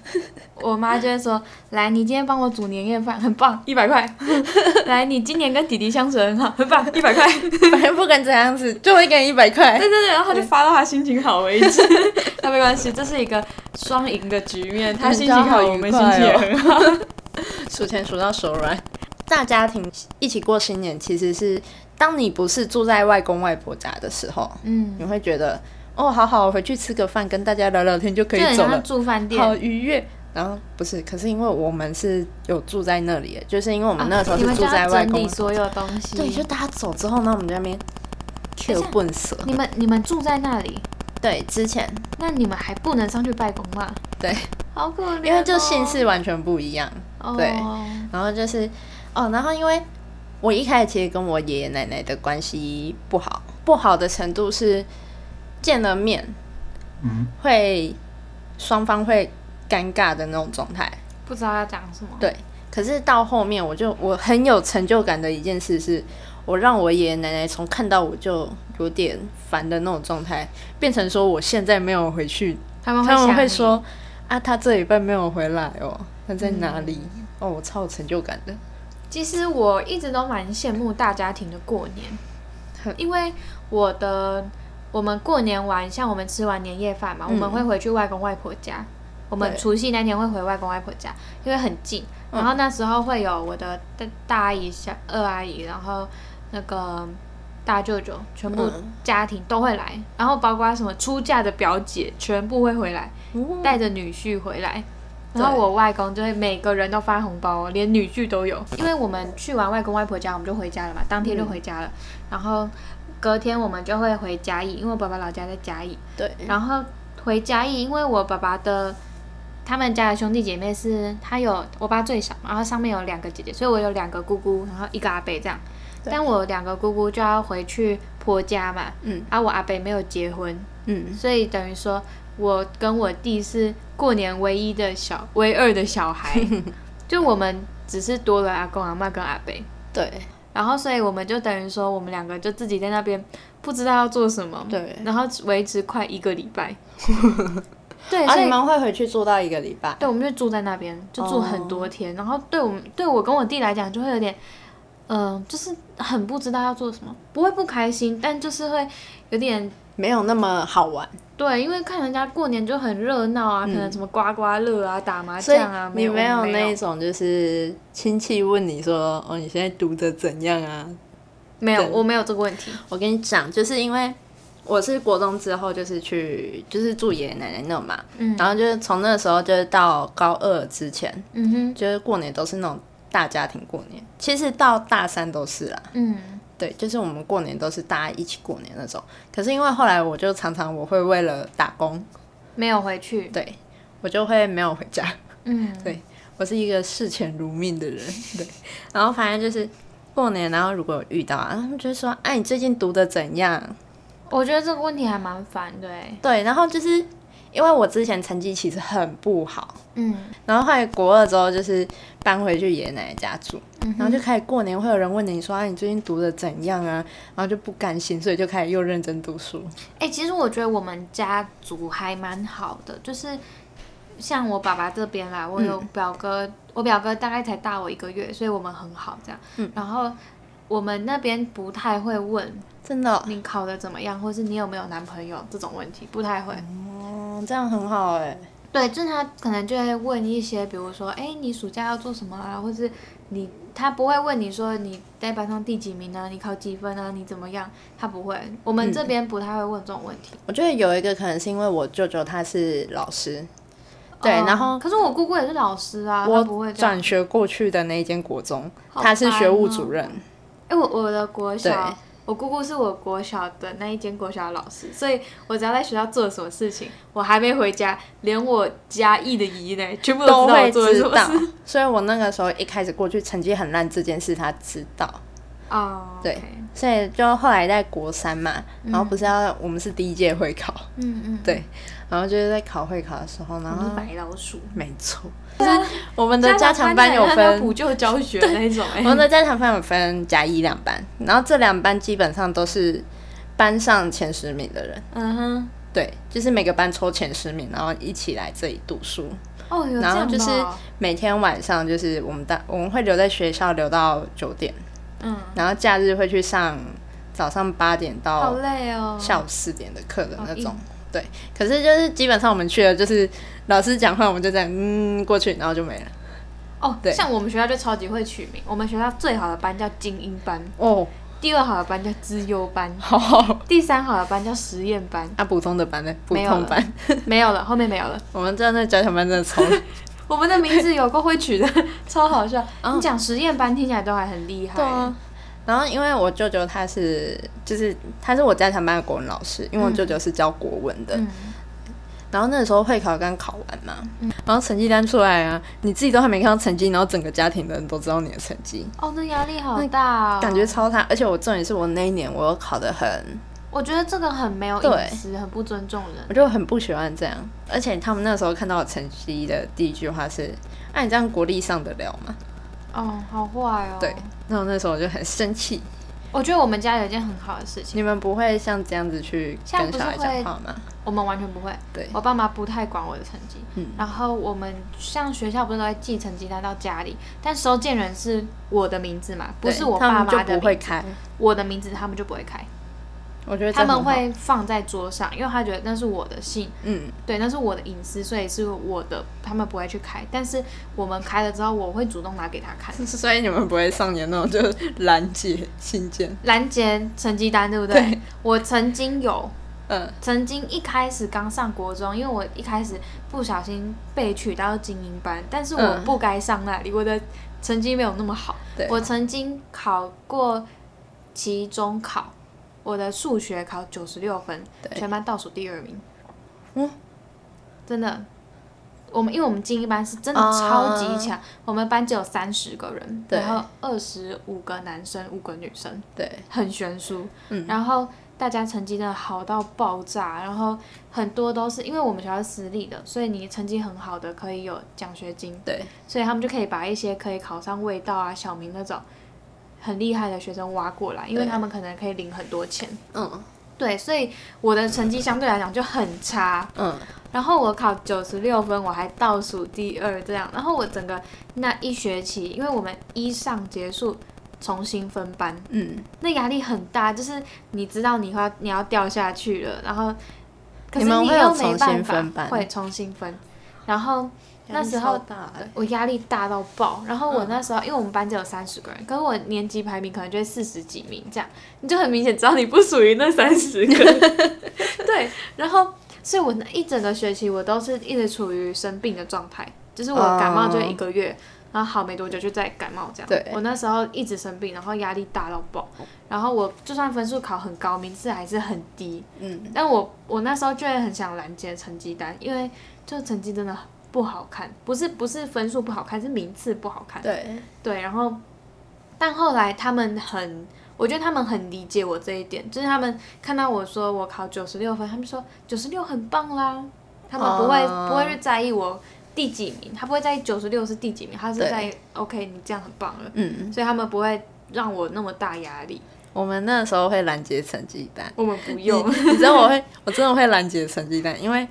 [SPEAKER 2] 我妈就会说：“来，你今天帮我煮年夜饭，很棒，一百块。 来，你今年跟弟弟相处得很好，很棒，一百块。”
[SPEAKER 1] 反正不管怎样子，就会给你一百块。
[SPEAKER 2] 对对对，然后就发到他心情好为止。 那没关系，这是一个双赢的局面， 他心情好，我们心情也很好。
[SPEAKER 1] 数钱数到手软。大家庭一起过新年，其实是当你不是住在外公外婆家的时候，
[SPEAKER 2] 嗯，
[SPEAKER 1] 你会觉得哦，好好，我回去吃个饭，跟大家聊聊天就可
[SPEAKER 2] 就
[SPEAKER 1] 以
[SPEAKER 2] 很
[SPEAKER 1] 走
[SPEAKER 2] 像
[SPEAKER 1] 了，
[SPEAKER 2] 住饭店。
[SPEAKER 1] 好愉悦。然后不是，可是因为我们是有住在那里的，就是因为我们那个时候
[SPEAKER 2] 啊你
[SPEAKER 1] 是
[SPEAKER 2] 们就
[SPEAKER 1] 住
[SPEAKER 2] 要
[SPEAKER 1] 在外
[SPEAKER 2] 整
[SPEAKER 1] 公
[SPEAKER 2] 理，所有东西。
[SPEAKER 1] 对，就大家走之后呢，我们在那边 Q 笨蛇，
[SPEAKER 2] 你们你们住在那里，
[SPEAKER 1] 对，之前
[SPEAKER 2] 那你们还不能上去拜公嘛？
[SPEAKER 1] 对，
[SPEAKER 2] 好可怜、哦。
[SPEAKER 1] 因为就姓氏完全不一样，
[SPEAKER 2] 哦，
[SPEAKER 1] 对然后就是哦，然后因为我一开始其实跟我爷爷奶奶的关系不好，不好的程度是见了面
[SPEAKER 3] 嗯，
[SPEAKER 1] 会双方会尴尬的那种状态。
[SPEAKER 2] 不知道要讲什么。
[SPEAKER 1] 对可是到后面，我就我很有成就感的一件事是，我让我爷爷奶奶从看到我就有点烦的那种状态，变成说我现在没有回去，
[SPEAKER 2] 他们
[SPEAKER 1] 他们
[SPEAKER 2] 想
[SPEAKER 1] 会
[SPEAKER 2] 你，
[SPEAKER 1] 说啊，他这礼拜没有回来哦，他在哪里？
[SPEAKER 2] 嗯
[SPEAKER 1] 哦，我超有成就感的。
[SPEAKER 2] 其实我一直都蛮羡慕大家庭的过年
[SPEAKER 1] 哼，
[SPEAKER 2] 因为我的我们过年完，像我们吃完年夜饭嘛，
[SPEAKER 1] 嗯
[SPEAKER 2] 我们会回去外公外婆家。我们
[SPEAKER 1] 对
[SPEAKER 2] 除夕那天会回外公外婆家，因为很近。
[SPEAKER 1] 嗯
[SPEAKER 2] 然后那时候会有我的大大阿姨、小二阿姨，然后那个大舅舅，全部
[SPEAKER 1] 嗯
[SPEAKER 2] 家庭都会来，然后包括什么出嫁的表姐，全部会回来。
[SPEAKER 1] 哦
[SPEAKER 2] 带着女婿回来，
[SPEAKER 1] 对
[SPEAKER 2] 然后我外公就会每个人都发红包哦，连女婿都有。因为我们去完外公外婆家，我们就回家了嘛，当天就回家了。然后隔天我们就会回嘉义，因为我爸爸老家在嘉义。
[SPEAKER 1] 对，
[SPEAKER 2] 然后回嘉义，因为我爸爸的他们家的兄弟姐妹是，他有我爸最小嘛，然后上面有两个姐姐，所以我有两个姑姑，然后一个阿伯这样。
[SPEAKER 1] 对
[SPEAKER 2] 但我两个姑姑就要回去婆家嘛，
[SPEAKER 1] 嗯
[SPEAKER 2] 啊，我阿伯没有结婚，
[SPEAKER 1] 嗯，
[SPEAKER 2] 所以等于说，我跟我弟是过年唯一的小唯二的 小孩，就我们只是多了阿公阿妈跟阿伯，
[SPEAKER 1] 对
[SPEAKER 2] 然后所以我们就等于说，我们两个就自己在那边不知道要做什么，
[SPEAKER 1] 对
[SPEAKER 2] 然后维持快一个 礼拜，对，
[SPEAKER 1] 啊，
[SPEAKER 2] 所
[SPEAKER 1] 你
[SPEAKER 2] 以。
[SPEAKER 1] 们会回去住到一个礼拜？
[SPEAKER 2] 对，我们就住在那边，就住很多天。然后对我们，对我跟我弟来讲，就会有点，嗯、就是很不知道要做什么，不会不开心，但就是会有点
[SPEAKER 1] 没有那么好玩，
[SPEAKER 2] 对，因为看人家过年就很热闹啊，可能什么刮刮乐啊、打麻
[SPEAKER 1] 嗯所以
[SPEAKER 2] 将啊，
[SPEAKER 1] 你
[SPEAKER 2] 没
[SPEAKER 1] 没
[SPEAKER 2] 有
[SPEAKER 1] 有
[SPEAKER 2] 我们
[SPEAKER 1] 那
[SPEAKER 2] 没
[SPEAKER 1] 一种就是亲戚问你说，哦，你现在读的怎样啊？
[SPEAKER 2] 没有，
[SPEAKER 1] 对
[SPEAKER 2] 我没有这个问题。
[SPEAKER 1] 我跟你讲，就是因为我是国中之后就是去就是住爷爷奶奶那嘛，
[SPEAKER 2] 嗯
[SPEAKER 1] 然后就是从那时候就是到高二之前，
[SPEAKER 2] 嗯哼，
[SPEAKER 1] 就是过年都是那种大家庭过年，其实到大三都是啊啦。
[SPEAKER 2] 嗯，
[SPEAKER 1] 对，就是我们过年都是大家一起过年那种。可是因为后来我就常常我会为了打工，
[SPEAKER 2] 没有回去。
[SPEAKER 1] 对我就会没有回家。
[SPEAKER 2] 嗯，
[SPEAKER 1] 对我是一个视钱如命的人，对。然后反正就是过年，然后如果有遇到啊，他们就会说：“哎，你最近读的怎样
[SPEAKER 2] 我觉得这个问题还蛮烦的欸。？”
[SPEAKER 1] 对，然后就是因为我之前成绩其实很不好，
[SPEAKER 2] 嗯，
[SPEAKER 1] 然后后来国二之后就是搬回去爷爷奶奶家住，
[SPEAKER 2] 嗯哼
[SPEAKER 1] 然后就开始过年会有人问你说啊你最近读的怎样啊，然后就不甘心，所以就开始又认真读书。
[SPEAKER 2] 哎、其实我觉得我们家族还蛮好的，就是像我爸爸这边啦，
[SPEAKER 1] 嗯
[SPEAKER 2] 我有表哥，我表哥大概才大我一个月，所以我们很好这样。
[SPEAKER 1] 嗯
[SPEAKER 2] 然后我们那边不太会问
[SPEAKER 1] 真的哦，
[SPEAKER 2] 你考的怎么样，或是你有没有男朋友这种问题，不太会。
[SPEAKER 1] 嗯，这样很好哎、
[SPEAKER 2] 对，就是他可能就会问一些，比如说，哎、你暑假要做什么啊，或是你他不会问你说你在班上第几名啊，你考几分啊，你怎么样，他不会。我们
[SPEAKER 1] 嗯
[SPEAKER 2] 这边不太会问这种问题。
[SPEAKER 1] 我觉得有一个可能是因为我舅舅他是老师，对，
[SPEAKER 2] 嗯
[SPEAKER 1] 然后
[SPEAKER 2] 可是我姑姑也是老师啊，她不
[SPEAKER 1] 我
[SPEAKER 2] 会这样。
[SPEAKER 1] 转学过去的那一间国中，
[SPEAKER 2] 好
[SPEAKER 1] 他是学务
[SPEAKER 2] 烦哦
[SPEAKER 1] 主任，
[SPEAKER 2] 哎、我我的国
[SPEAKER 1] 对
[SPEAKER 2] 小，我姑姑是我国小的那一间国小的老师，所以我只要在学校做了什么事情，我还没回家，连我家义的姨呢，全部
[SPEAKER 1] 都
[SPEAKER 2] 知 道我
[SPEAKER 1] 会
[SPEAKER 2] 做了
[SPEAKER 1] 知
[SPEAKER 2] 什么
[SPEAKER 1] 道
[SPEAKER 2] 事。。
[SPEAKER 1] 所以我那个时候一开始过去成绩很烂这件事，他知道。
[SPEAKER 2] 哦，
[SPEAKER 1] 对
[SPEAKER 2] OK，
[SPEAKER 1] 所以就后来在国三嘛，然后不是要、我们是第一届会考，
[SPEAKER 2] 嗯嗯，
[SPEAKER 1] 对，然后就是在考会考的时候，然
[SPEAKER 2] 我
[SPEAKER 1] 后
[SPEAKER 2] 是白老鼠。
[SPEAKER 1] 没错，就是我们的加强班有
[SPEAKER 2] 啊家长
[SPEAKER 1] 分
[SPEAKER 2] 要 补救教学那一种、
[SPEAKER 1] 我
[SPEAKER 2] 哎，
[SPEAKER 1] 们的加强班有分甲一两班，然后这两班基本上都是班上前十名的人，
[SPEAKER 2] 嗯哼，
[SPEAKER 1] 对，就是每个班抽前十名，然后一起来这里读书。
[SPEAKER 2] 哦，有这
[SPEAKER 1] 然后
[SPEAKER 2] 样
[SPEAKER 1] 就
[SPEAKER 2] 的
[SPEAKER 1] 是
[SPEAKER 2] 哦
[SPEAKER 1] 每天晚上就是我们大我们会留在学校留到九点，
[SPEAKER 2] 嗯，
[SPEAKER 1] 然后假日会去上早上八点
[SPEAKER 2] 好
[SPEAKER 1] 到
[SPEAKER 2] 累哦，
[SPEAKER 1] 下午四点的课的那种
[SPEAKER 2] 好硬。
[SPEAKER 1] 对，可是就是基本上我们去了，就是老师讲话，我们就这样嗯过去，然后就没了。
[SPEAKER 2] 哦
[SPEAKER 1] 对，
[SPEAKER 2] 像我们学校就超级会取名，我们学校最好的班叫精英班，
[SPEAKER 1] 哦，
[SPEAKER 2] 第二好的班叫资优班，
[SPEAKER 1] 好好。
[SPEAKER 2] 第三好的班叫实验班，
[SPEAKER 1] 啊，普通的班呢？普
[SPEAKER 2] 没有
[SPEAKER 1] 通
[SPEAKER 2] 了
[SPEAKER 1] 班，
[SPEAKER 2] 没有了，后面没有了。
[SPEAKER 1] 我们真的加强班真的 超累
[SPEAKER 2] 我们的名字有够会取的，超好笑。
[SPEAKER 1] 嗯
[SPEAKER 2] 你讲实验班听起来都还很厉害。欸
[SPEAKER 1] 对啊，然后因为我舅舅他是就是他是我加强班的国文老师，因为我舅舅是教国文的。
[SPEAKER 2] 嗯，
[SPEAKER 1] 然后那个时候会考刚考完嘛，
[SPEAKER 2] 嗯
[SPEAKER 1] 然后成绩单出来啊，你自己都还没看到成绩，然后整个家庭的人都知道你的成绩，
[SPEAKER 2] 哦，那压力好大、哦，
[SPEAKER 1] 感觉。超差。而且我重点是我那一年我又考得很，
[SPEAKER 2] 我觉得这个很没有
[SPEAKER 1] 对
[SPEAKER 2] 隐私，很不尊重人。
[SPEAKER 1] 我就很不喜欢这样。而且他们那时候看到我成绩的第一句话是：“那、你这样国力上得了吗
[SPEAKER 2] 哦，好坏哦。
[SPEAKER 1] 对？”然后那时候我就很生气。
[SPEAKER 2] 我觉得我们家有一件很好的事情，
[SPEAKER 1] 你们不会像这样子去
[SPEAKER 2] 像
[SPEAKER 1] 跟
[SPEAKER 2] 不
[SPEAKER 1] 小
[SPEAKER 2] 是
[SPEAKER 1] 孩讲
[SPEAKER 2] 会
[SPEAKER 1] 话吗？
[SPEAKER 2] 我们完全不会。
[SPEAKER 1] 对，
[SPEAKER 2] 我爸妈不太管我的成绩，
[SPEAKER 1] 嗯
[SPEAKER 2] 然后我们像学校不是都会寄成绩单到家里，但收件人是我的名字嘛，不
[SPEAKER 1] 对
[SPEAKER 2] 是我
[SPEAKER 1] 他
[SPEAKER 2] 爸
[SPEAKER 1] 们
[SPEAKER 2] 妈
[SPEAKER 1] 就
[SPEAKER 2] 的
[SPEAKER 1] 不会
[SPEAKER 2] 名字，
[SPEAKER 1] 开。
[SPEAKER 2] 我的名字他们就不会开，
[SPEAKER 1] 我觉得这
[SPEAKER 2] 他们
[SPEAKER 1] 很好，
[SPEAKER 2] 会放在桌上，因为他觉得那是我的信，
[SPEAKER 1] 嗯，
[SPEAKER 2] 对，那是我的隐私，所以是我的，他们不会去开。但是我们开了之后，我会主动拿给他 看，
[SPEAKER 1] 所以你们不会上演那种就是拦截信件，
[SPEAKER 2] 拦截成绩单，对不对？
[SPEAKER 1] 对
[SPEAKER 2] 我曾经有，
[SPEAKER 1] 嗯，
[SPEAKER 2] 曾经一开始刚上国中，因为我一开始不小心被取到精英班，但是我
[SPEAKER 1] 嗯
[SPEAKER 2] 不该上那里，我的成绩没有那么好
[SPEAKER 1] 对。
[SPEAKER 2] 我曾经考过期中考，我的数学考九十六分，
[SPEAKER 1] 对
[SPEAKER 2] 全班倒数第二名。
[SPEAKER 1] 嗯，
[SPEAKER 2] 真的，我们因为我们精英班是真的
[SPEAKER 1] 啊
[SPEAKER 2] 超级强，我们班只有三十个人，
[SPEAKER 1] 对
[SPEAKER 2] 然后二十五个男生，五个女生。
[SPEAKER 1] 对，
[SPEAKER 2] 很悬殊，
[SPEAKER 1] 嗯
[SPEAKER 2] 然后大家成绩真的好到爆炸，然后很多都是因为我们学校是私立的，所以你成绩很好的可以有奖学金，
[SPEAKER 1] 对，
[SPEAKER 2] 所以他们就可以把一些可以考上卫道啊、小明那种很厉害的学生挖过来，因为
[SPEAKER 1] 对
[SPEAKER 2] 他们可能可以领很多钱。
[SPEAKER 1] 嗯
[SPEAKER 2] 对，所以我的成绩相对来讲就很差，
[SPEAKER 1] 嗯，
[SPEAKER 2] 然后我考九十六分，我还倒数第二这样。然后我整个那一学期，因为我们一上结束重新分班，
[SPEAKER 1] 嗯，
[SPEAKER 2] 那压力很大，就是你知道你要你要掉下去了，然后可
[SPEAKER 1] 你
[SPEAKER 2] 是
[SPEAKER 1] 们会有
[SPEAKER 2] 又没
[SPEAKER 1] 重
[SPEAKER 2] 办
[SPEAKER 1] 新
[SPEAKER 2] 法
[SPEAKER 1] 分，班
[SPEAKER 2] 会重新分。然后那时
[SPEAKER 1] 压
[SPEAKER 2] 候
[SPEAKER 1] 力超大的
[SPEAKER 2] 我压力大到爆，然后我
[SPEAKER 1] 嗯
[SPEAKER 2] 那时候、因为我们班只有三十个人，可是我年级排名可能就会四十几名这样，你就很明显知道你不属于那三十个。 对，然后所以我那一整个学期我都是一直处于生病的状态，就是我感冒就一个月。然后好没多久就再感冒这样。
[SPEAKER 1] 哦对哦
[SPEAKER 2] 我那时候一直生病，然后压力大到爆，然后我就算分数考很高，名次还是很低。
[SPEAKER 1] 嗯，
[SPEAKER 2] 但我我那时候就会很想拦截成绩单，因为就成绩真的不好看，不是不是分数不好看，是名次不好看。
[SPEAKER 1] 对，
[SPEAKER 2] 对，然后但后来他们很，我觉得他们很理解我这一点，就是他们看到我说我考九十六分，他们说九十六很棒啦，他们不会、
[SPEAKER 1] 哦
[SPEAKER 2] 不会去在意我第几名，他不会在意九十六是第几名，他是
[SPEAKER 1] 对
[SPEAKER 2] 在意 OK 你这样很棒了，
[SPEAKER 1] 嗯，
[SPEAKER 2] 所以他们不会让我那么大压力。
[SPEAKER 1] 我们那时候会拦截成绩单，
[SPEAKER 2] 我们不用，
[SPEAKER 1] 你知道我会，我真的会拦截成绩单，因为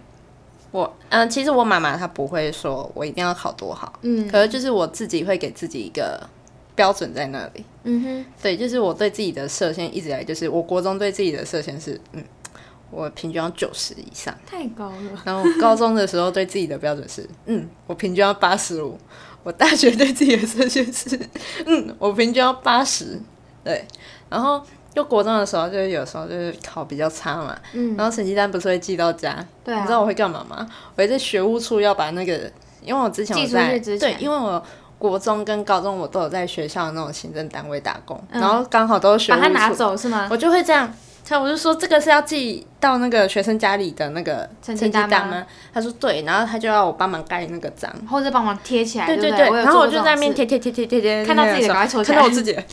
[SPEAKER 1] 我嗯、其实我妈妈她不会说我一定要考多好，
[SPEAKER 2] 嗯
[SPEAKER 1] 可是就是我自己会给自己一个标准在那里。
[SPEAKER 2] 嗯哼，
[SPEAKER 1] 对，就是我对自己的设限一直以来就是，我国中对自己的设限是，嗯，我平均要九十以上。
[SPEAKER 2] 太高了，
[SPEAKER 1] 然后我高中的时候对自己的标准是，嗯，我平均要八十五。我大学对自己的设限是，嗯，我平均要八十。对，然后就国中的时候，就是有时候就是考比较差嘛，
[SPEAKER 2] 嗯，
[SPEAKER 1] 然后成绩单不是会寄到家，
[SPEAKER 2] 对啊
[SPEAKER 1] 你知道我会干嘛吗？我会在学务处要把那个，因为我之前我
[SPEAKER 2] 寄出
[SPEAKER 1] 在
[SPEAKER 2] 去之
[SPEAKER 1] 对，
[SPEAKER 2] 前
[SPEAKER 1] 因为我国中跟高中我都有在学校的那种行政单位打工，
[SPEAKER 2] 嗯
[SPEAKER 1] 然后刚好都是学务
[SPEAKER 2] 把
[SPEAKER 1] 处，
[SPEAKER 2] 它拿走是吗？
[SPEAKER 1] 我就会这样。他我就说这个是要寄到那个学生家里的那个
[SPEAKER 2] 成绩
[SPEAKER 1] 绩
[SPEAKER 2] 单吗
[SPEAKER 1] 单吗？他说对，然后他就要我帮忙盖那个章。
[SPEAKER 2] 或者帮忙贴起来，
[SPEAKER 1] 对
[SPEAKER 2] 对不
[SPEAKER 1] 对，
[SPEAKER 2] 我有
[SPEAKER 1] 然后
[SPEAKER 2] 做
[SPEAKER 1] 我
[SPEAKER 2] 过
[SPEAKER 1] 就
[SPEAKER 2] 这
[SPEAKER 1] 在那
[SPEAKER 2] 种
[SPEAKER 1] 边
[SPEAKER 2] 事
[SPEAKER 1] 贴贴贴贴贴贴，
[SPEAKER 2] 看到自
[SPEAKER 1] 时
[SPEAKER 2] 己的
[SPEAKER 1] 候
[SPEAKER 2] 赶快抽起
[SPEAKER 1] 看
[SPEAKER 2] 来
[SPEAKER 1] 到我自己的，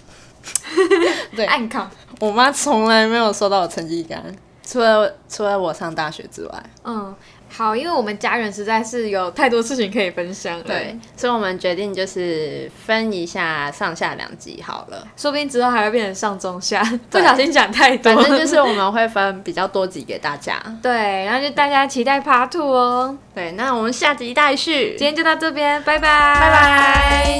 [SPEAKER 1] 对
[SPEAKER 2] 暗扛，
[SPEAKER 1] 我妈从来没有收到我成绩单，除了除了我上大学之外。
[SPEAKER 2] 嗯，好，因为我们家人实在是有太多事情可以分享了，
[SPEAKER 1] 对，，所以我们决定就是分一下上下两集好了。
[SPEAKER 2] 说不定之后还会变成上中下， 不
[SPEAKER 1] 对
[SPEAKER 2] 小心讲太多，
[SPEAKER 1] 反正就是我们会分比较多集给大家。
[SPEAKER 2] 对，然后就大家期待 Part Two 哦，
[SPEAKER 1] 对，那我们下集待续，
[SPEAKER 2] 今天就到这边，拜拜，拜
[SPEAKER 1] 拜拜。